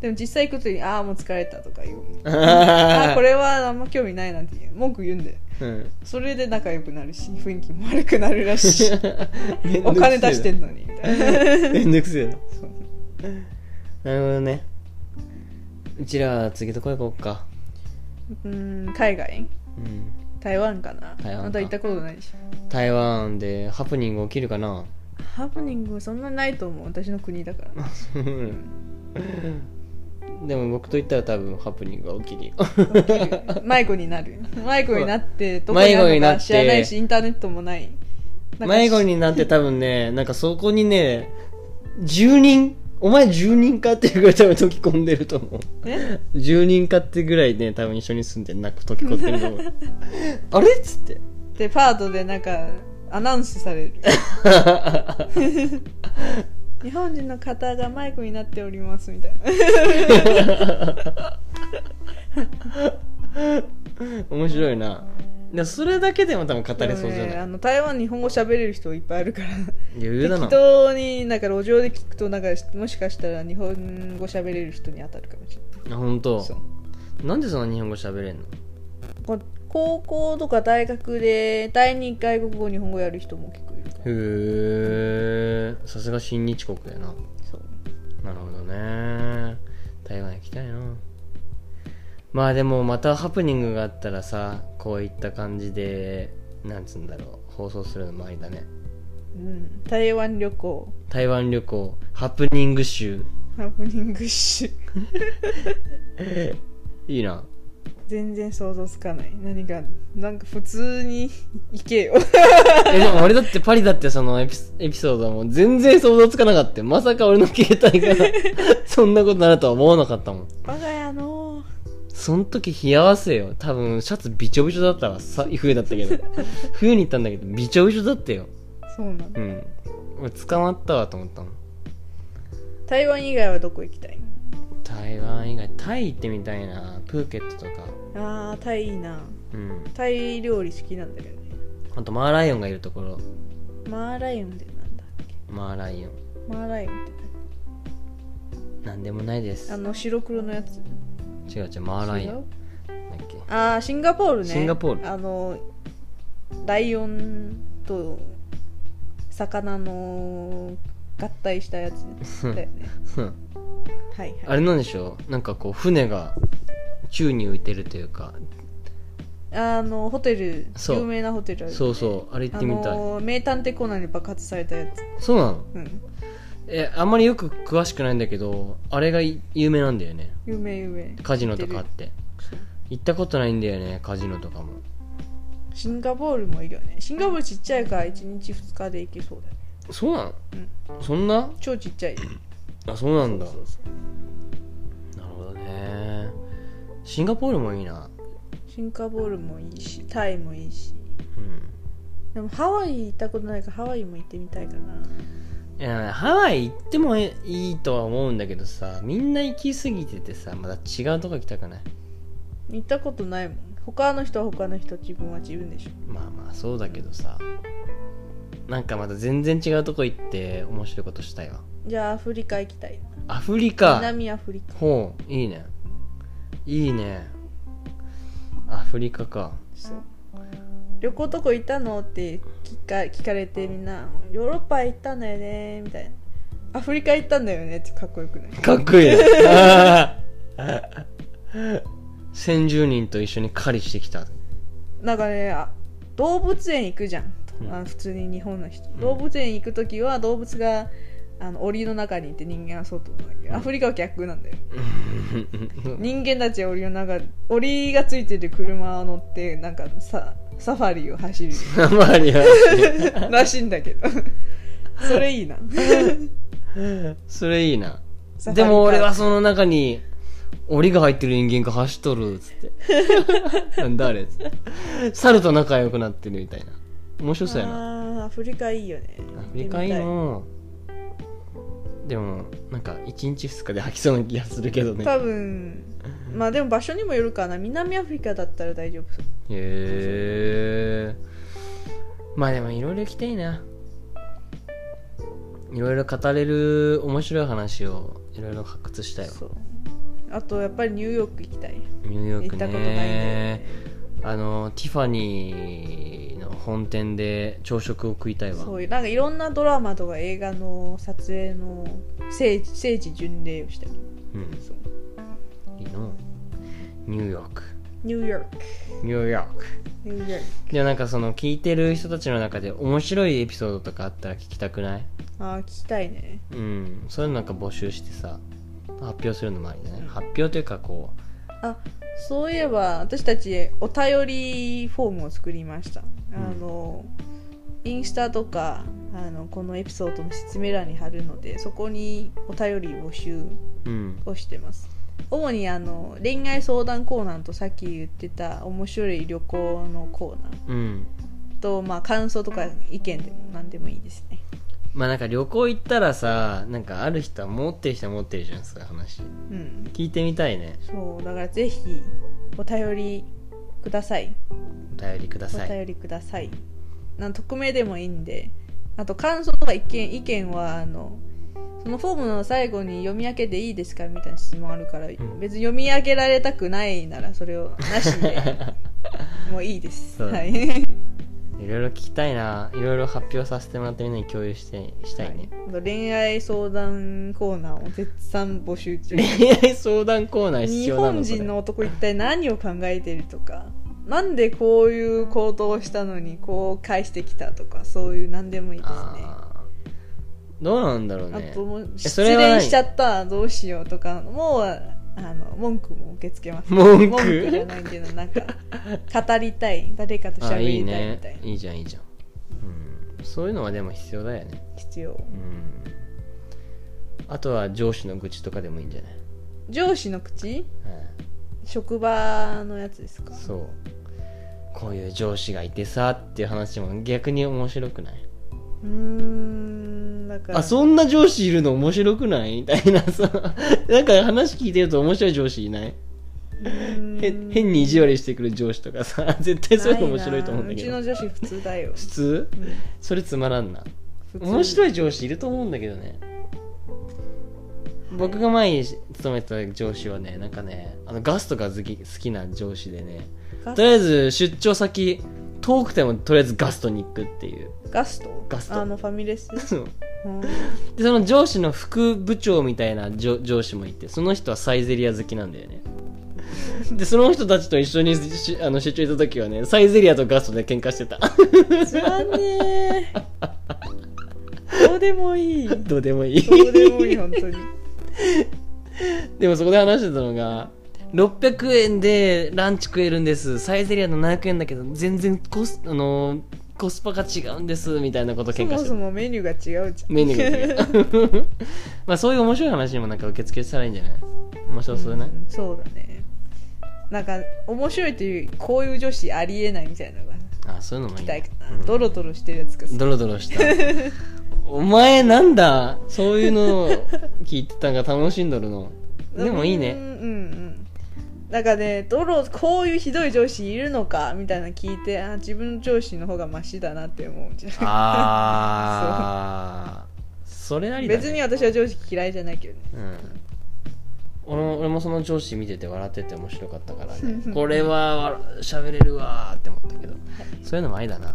Speaker 1: でも実際行くとに「ああもう疲れた」とか言う
Speaker 2: え
Speaker 1: 「ああ
Speaker 2: あ
Speaker 1: これはあんま興味ない」なんて言う文句言うんだよ
Speaker 2: うん
Speaker 1: それで仲良くなるし雰囲気も悪くなるらしい
Speaker 2: めんど
Speaker 1: お
Speaker 2: くせ
Speaker 1: 金
Speaker 2: え
Speaker 1: 出してんのにみ たいな
Speaker 2: めんどくせえな
Speaker 1: そう
Speaker 2: なるほどねうちらは次どこ行こうか
Speaker 1: うーん海外
Speaker 2: うん
Speaker 1: 台湾かな
Speaker 2: 台湾か
Speaker 1: あんた行ったことないでしょ
Speaker 2: 台湾でハプニング起きるかな
Speaker 1: ハプニングそんなないと思う私の国だから
Speaker 2: でも僕と言ったら多分ハプニングが起きるよ
Speaker 1: 迷子になる迷子になってどこにあ
Speaker 2: 迷子
Speaker 1: る
Speaker 2: に
Speaker 1: の
Speaker 2: なっ
Speaker 1: か
Speaker 2: て
Speaker 1: 知らないしインターネットもないなんか
Speaker 2: 迷子になって多分ねなんかそこにね10人お前10人かっていうぐらい多分溶き込んでると思う
Speaker 1: え
Speaker 2: 10人かってぐらいね多分一緒に住んでなく溶き込んでると思う あれっつって
Speaker 1: でパートでなんかアナウンスさ れる日本人の方が迷子になっておりますみたいな
Speaker 2: 面白いなでそれだけでも多分語れそう
Speaker 1: で
Speaker 2: じゃ
Speaker 1: もね
Speaker 2: な
Speaker 1: あ
Speaker 2: い
Speaker 1: の台湾日本語喋れる人いっぱいあるから
Speaker 2: 余裕だな
Speaker 1: 適当になんか路上で聞くとなんかもしかしたら日本語喋れる人に当たるかもしれない
Speaker 2: あ本当
Speaker 1: そう
Speaker 2: なんでそんな日本語喋れんの
Speaker 1: こ高校とか大学で第二外国語日本語やる人も結構いるから
Speaker 2: へえさすが親日国やな
Speaker 1: そう
Speaker 2: なるほどね台湾行きたいなまあでもまたハプニングがあったらさこういった感じでなんつうんだろう放送するのもありだね
Speaker 1: うん台湾旅行
Speaker 2: 台湾旅行ハプニング集
Speaker 1: ハプニングし
Speaker 2: いいな
Speaker 1: 全然想像つかない何かなんか普通に 行けよ
Speaker 2: えでも俺だってパリだってそのエピソエピソードはもう全然想像つかなかったよまさか俺の携 帯がそんなことになるとは思わなかったもん
Speaker 1: 我が家の
Speaker 2: その時冷や汗よ多 分シャツびちょびちょだったわさ冬だったけど冬に行ったんだけどびちょびちょだったよ
Speaker 1: そそうなの
Speaker 2: うん俺捕まったわと思ったの
Speaker 1: 台湾以外はどこ行きたい
Speaker 2: 台湾以外タイ行ってみたいなプーケットとか
Speaker 1: あータイいいな
Speaker 2: うん
Speaker 1: タイ料理好きなんだけどね
Speaker 2: あとマーライオンがいるところ
Speaker 1: マーライオンってなんだっけ
Speaker 2: マーライオン
Speaker 1: マーライオンって何
Speaker 2: なんでもないです
Speaker 1: あの白黒のやつ
Speaker 2: 違う違うマーライ
Speaker 1: 違
Speaker 2: オン
Speaker 1: う
Speaker 2: だっけ
Speaker 1: あーシンガポールね
Speaker 2: シンガポール
Speaker 1: あのライオンと魚の合体したやつだよ ね
Speaker 2: うん
Speaker 1: はい
Speaker 2: あ
Speaker 1: はい
Speaker 2: れなんでしょうなんかこう船が宙に浮いてるというか
Speaker 1: あのホテル
Speaker 2: そう
Speaker 1: 有名なホテルあるよね
Speaker 2: そうそうあれ行ってみた
Speaker 1: あ
Speaker 2: い
Speaker 1: の名探偵コナンに爆発されたやつ
Speaker 2: そうなの
Speaker 1: うん
Speaker 2: えあんまりよく詳しくないんだけどあれがい有名なんだよね
Speaker 1: 有名有名
Speaker 2: カジノとかあって行ったことないんだよねカジノとかも
Speaker 1: シンガポールもいいよねシンガポールちっちゃいから1日2日で行けそうだよ
Speaker 2: そうなの、そんな
Speaker 1: 超ちっちゃい
Speaker 2: あそうなんだ
Speaker 1: そうそうそう
Speaker 2: なるほどねシンガポールもいいな
Speaker 1: シンガポールもいいしタイもいいし
Speaker 2: うん
Speaker 1: でもハワイ行ったことないからハワイも行ってみたいかない
Speaker 2: やハワイ行ってもいいとは思うんだけどさみんな行き過ぎててさまた違うとこ行きたくない
Speaker 1: 行ったことないもん他の人は他の人自分は自分でしょ
Speaker 2: まあまあそうだけどさなんかまた全然違うとこ行って面白いことしたいわ
Speaker 1: じゃあアフリカ行きたいな
Speaker 2: アフリカ
Speaker 1: 南アフリカ
Speaker 2: ほういいねいいねアフリカか
Speaker 1: そう旅行どこ行ったのって聞か聞かれてみんなヨーロッパ行ったんだよねみたいなアフリカ行ったんだよねってかっこよくない
Speaker 2: かっこいい 先住人と一緒に狩りしてきた
Speaker 1: なんかねあ動物園行くじゃん、
Speaker 2: うん
Speaker 1: あの普通に日本の人、
Speaker 2: ん
Speaker 1: 動物園行く時は動物があの檻の中にいて人間は外なんだけどアフリカは逆なんだよ人間たちは檻の中檻がついてる車を乗ってなんかさサファリを走る
Speaker 2: あまりは
Speaker 1: らしいんだ けどそれいいな
Speaker 2: それいいな
Speaker 1: サファリ
Speaker 2: でも俺はその中に檻が入ってる人間が走っとるっつって 誰っつって猿と仲良くなってるみたいな面白そうや
Speaker 1: あ
Speaker 2: な
Speaker 1: ーアフリカいいよね
Speaker 2: アフリカいいのでもなんか1日2日で吐きそうな気がするけど
Speaker 1: 行ってみたい
Speaker 2: ね
Speaker 1: 多分まあでも場所にもよるかな南アフリカだったら大丈夫そう
Speaker 2: へえまあでもいろいろ行きたいないろいろ語れる面白い話をいろいろ発掘したいわ
Speaker 1: そうあとやっぱりニューヨーク行きたい
Speaker 2: ニューヨー
Speaker 1: 行
Speaker 2: ク
Speaker 1: ったことないんだよ
Speaker 2: ね
Speaker 1: ね
Speaker 2: あのティファニーの本店で朝食を食いたいわ
Speaker 1: そういうなんかいろんなドラマとか映画の撮影の聖地聖地巡礼をしたり
Speaker 2: うん
Speaker 1: そう
Speaker 2: いいのニューヨーク
Speaker 1: ニューヨーク
Speaker 2: ニューヨーク
Speaker 1: ニューヨーク
Speaker 2: じゃあなんかその聞いてる人たちの中で面白いエピソードとかあったら聞きたくない
Speaker 1: ああ聞きたいね
Speaker 2: うんそういうのなんか募集してさ発表するのもありだ
Speaker 1: う
Speaker 2: ね
Speaker 1: ん
Speaker 2: 発表というかこ
Speaker 1: あそういえば私たちお便りフォームを作りました、
Speaker 2: ん
Speaker 1: あのインスタとかあのこのエピソードの説明欄に貼るのでそこにお便り募集
Speaker 2: ううん
Speaker 1: をしてます主にあの恋愛相談コーナーとさっき言ってた面白い旅行のコーナー
Speaker 2: うん
Speaker 1: と、まあ、感想とか意見でも何でもいいですね
Speaker 2: まあなんか旅行行ったらさなんかある人は持ってる人は持ってるじゃんそういう話
Speaker 1: うん
Speaker 2: 聞いてみたいね
Speaker 1: そうだからぜひお便りください
Speaker 2: お便りくださ
Speaker 1: お
Speaker 2: い
Speaker 1: 便りくださいなん匿名でもいいんであと感想とか意見意見はあのそのフォームの最後に読み上げでいいですかみたいな質問あるから、
Speaker 2: ん
Speaker 1: 別に読み上げられたくないならそれをなし でもういいです、
Speaker 2: そう だ
Speaker 1: はい、
Speaker 2: いろいろ聞きたいないろいろ発表させてもらってみんなに共有してしたいね、
Speaker 1: はい恋愛相談コーナーを絶賛募集中
Speaker 2: 恋愛相談コーナー必
Speaker 1: 日
Speaker 2: 要なの
Speaker 1: 本人の
Speaker 2: そ
Speaker 1: 男一体何を考えてるとかなんでこういう行動をしたのにこう返してきたとかそういう何でもいい
Speaker 2: れ
Speaker 1: ですね
Speaker 2: あーどうなんだろうね
Speaker 1: あともう
Speaker 2: え
Speaker 1: 失
Speaker 2: それは何
Speaker 1: 恋しちゃったどうしようとかもうあの文句も受け付けます
Speaker 2: 文句
Speaker 1: じゃないけどなんか語りたい誰かと
Speaker 2: あ
Speaker 1: 喋
Speaker 2: いい
Speaker 1: りたいみ
Speaker 2: ね
Speaker 1: たいない
Speaker 2: いじゃんいいじゃん、うん、そういうのはでも必要だよね
Speaker 1: 必要、
Speaker 2: うんあとは上司の愚痴とかでもいいんじゃない、
Speaker 1: 上司の口
Speaker 2: う
Speaker 1: 職場のやつですか
Speaker 2: ん、そうこういう上司がいてさっていう話も逆に面白くない
Speaker 1: うーんだから
Speaker 2: あそんな上司いるの面白くないみたいなさ なんか話聞いてると面白い上司いないへ変に意地悪してくる上司とかさ 絶対そういうの面白いと思うんだけ
Speaker 1: な
Speaker 2: ど
Speaker 1: いう
Speaker 2: 普
Speaker 1: ちの女子普通だよ
Speaker 2: 通それつまらんな面
Speaker 1: い
Speaker 2: 白い上司いると思うんだけどね僕が前に勤めてた上司はねなんかねあのガスとか好き好きな上司でね
Speaker 1: ガス
Speaker 2: とりあえず出張先遠くてもとりあえずガストに行くっていう
Speaker 1: ガスト
Speaker 2: ガスト
Speaker 1: あのファミレス
Speaker 2: そう
Speaker 1: うん
Speaker 2: でその上司の副部長みたいな上上司もいてその人はサイゼリア好きなんだよね でその人たちと一緒にしあの出張行った時はねサイゼリアとガストで喧嘩してた
Speaker 1: つらねえどうでもいいど
Speaker 2: どうでもいいう
Speaker 1: でもいい本当に
Speaker 2: でもそこで話してたのが600円でランチ食えるんですサイゼリアの700円だけど全然コス,、あのーコスパが違うんですみたいなこと
Speaker 1: そ
Speaker 2: 喧嘩
Speaker 1: も
Speaker 2: して
Speaker 1: そ
Speaker 2: た
Speaker 1: もメニューが違うじゃん
Speaker 2: メニュ ーが違う まあそういう面白い話にもなんか受付したらいいんじゃない面白そうだね、
Speaker 1: うんそうだねなんか面白いというこういう女子ありえないみたいなのが
Speaker 2: あそういうのも
Speaker 1: 期
Speaker 2: いいね
Speaker 1: 待かな、
Speaker 2: うん
Speaker 1: ドロドロしてるやつがさ
Speaker 2: ドロドロしたお前なんだそういうのを聞いてたんが楽しんどるのでもいい
Speaker 1: うん
Speaker 2: ね
Speaker 1: うんうんなんかねドロこういうひどい上司いるのかみたいなの聞いてあ自分の上司の方がマシだなって思うじゃん
Speaker 2: ああそれなりだ、ね、
Speaker 1: 別に私は上司嫌いじゃないけどね
Speaker 2: うん俺も俺もその上司見てて笑ってて面白かったか らねこれはわ喋れるわーって思ったけどそういうのもありだな、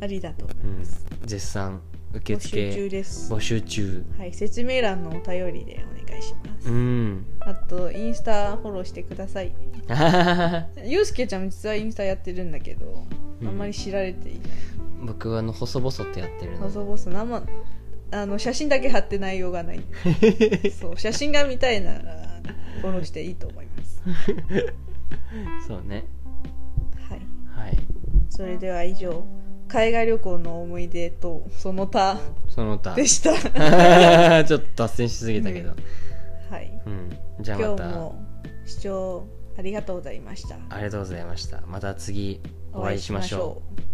Speaker 1: ありだと
Speaker 2: うん、絶賛受
Speaker 1: 募集中
Speaker 2: 付
Speaker 1: です
Speaker 2: 募集中
Speaker 1: はい説明欄のお便りでお願いします、
Speaker 2: うん
Speaker 1: あとインスタフォローしてください
Speaker 2: あはははは
Speaker 1: ゆうすけちゃん実はインスタやってるんだけど、
Speaker 2: うん
Speaker 1: あんまり知られていない
Speaker 2: 僕はあの細々とやってるので
Speaker 1: 細々生あの写真だけ貼って内容がない そう写真が見たいならフォローしていいと思います
Speaker 2: そうね
Speaker 1: はい
Speaker 2: はい
Speaker 1: それでは以上海外旅行の思い出とその他
Speaker 2: その他
Speaker 1: で した
Speaker 2: ちょっと脱線しすぎたけど、
Speaker 1: はい
Speaker 2: うん、じゃあ
Speaker 1: 今
Speaker 2: ま
Speaker 1: 日
Speaker 2: た
Speaker 1: も視聴ありがとうございました
Speaker 2: ありがとうございましたまた次お会いしましょう
Speaker 1: お会いしましょう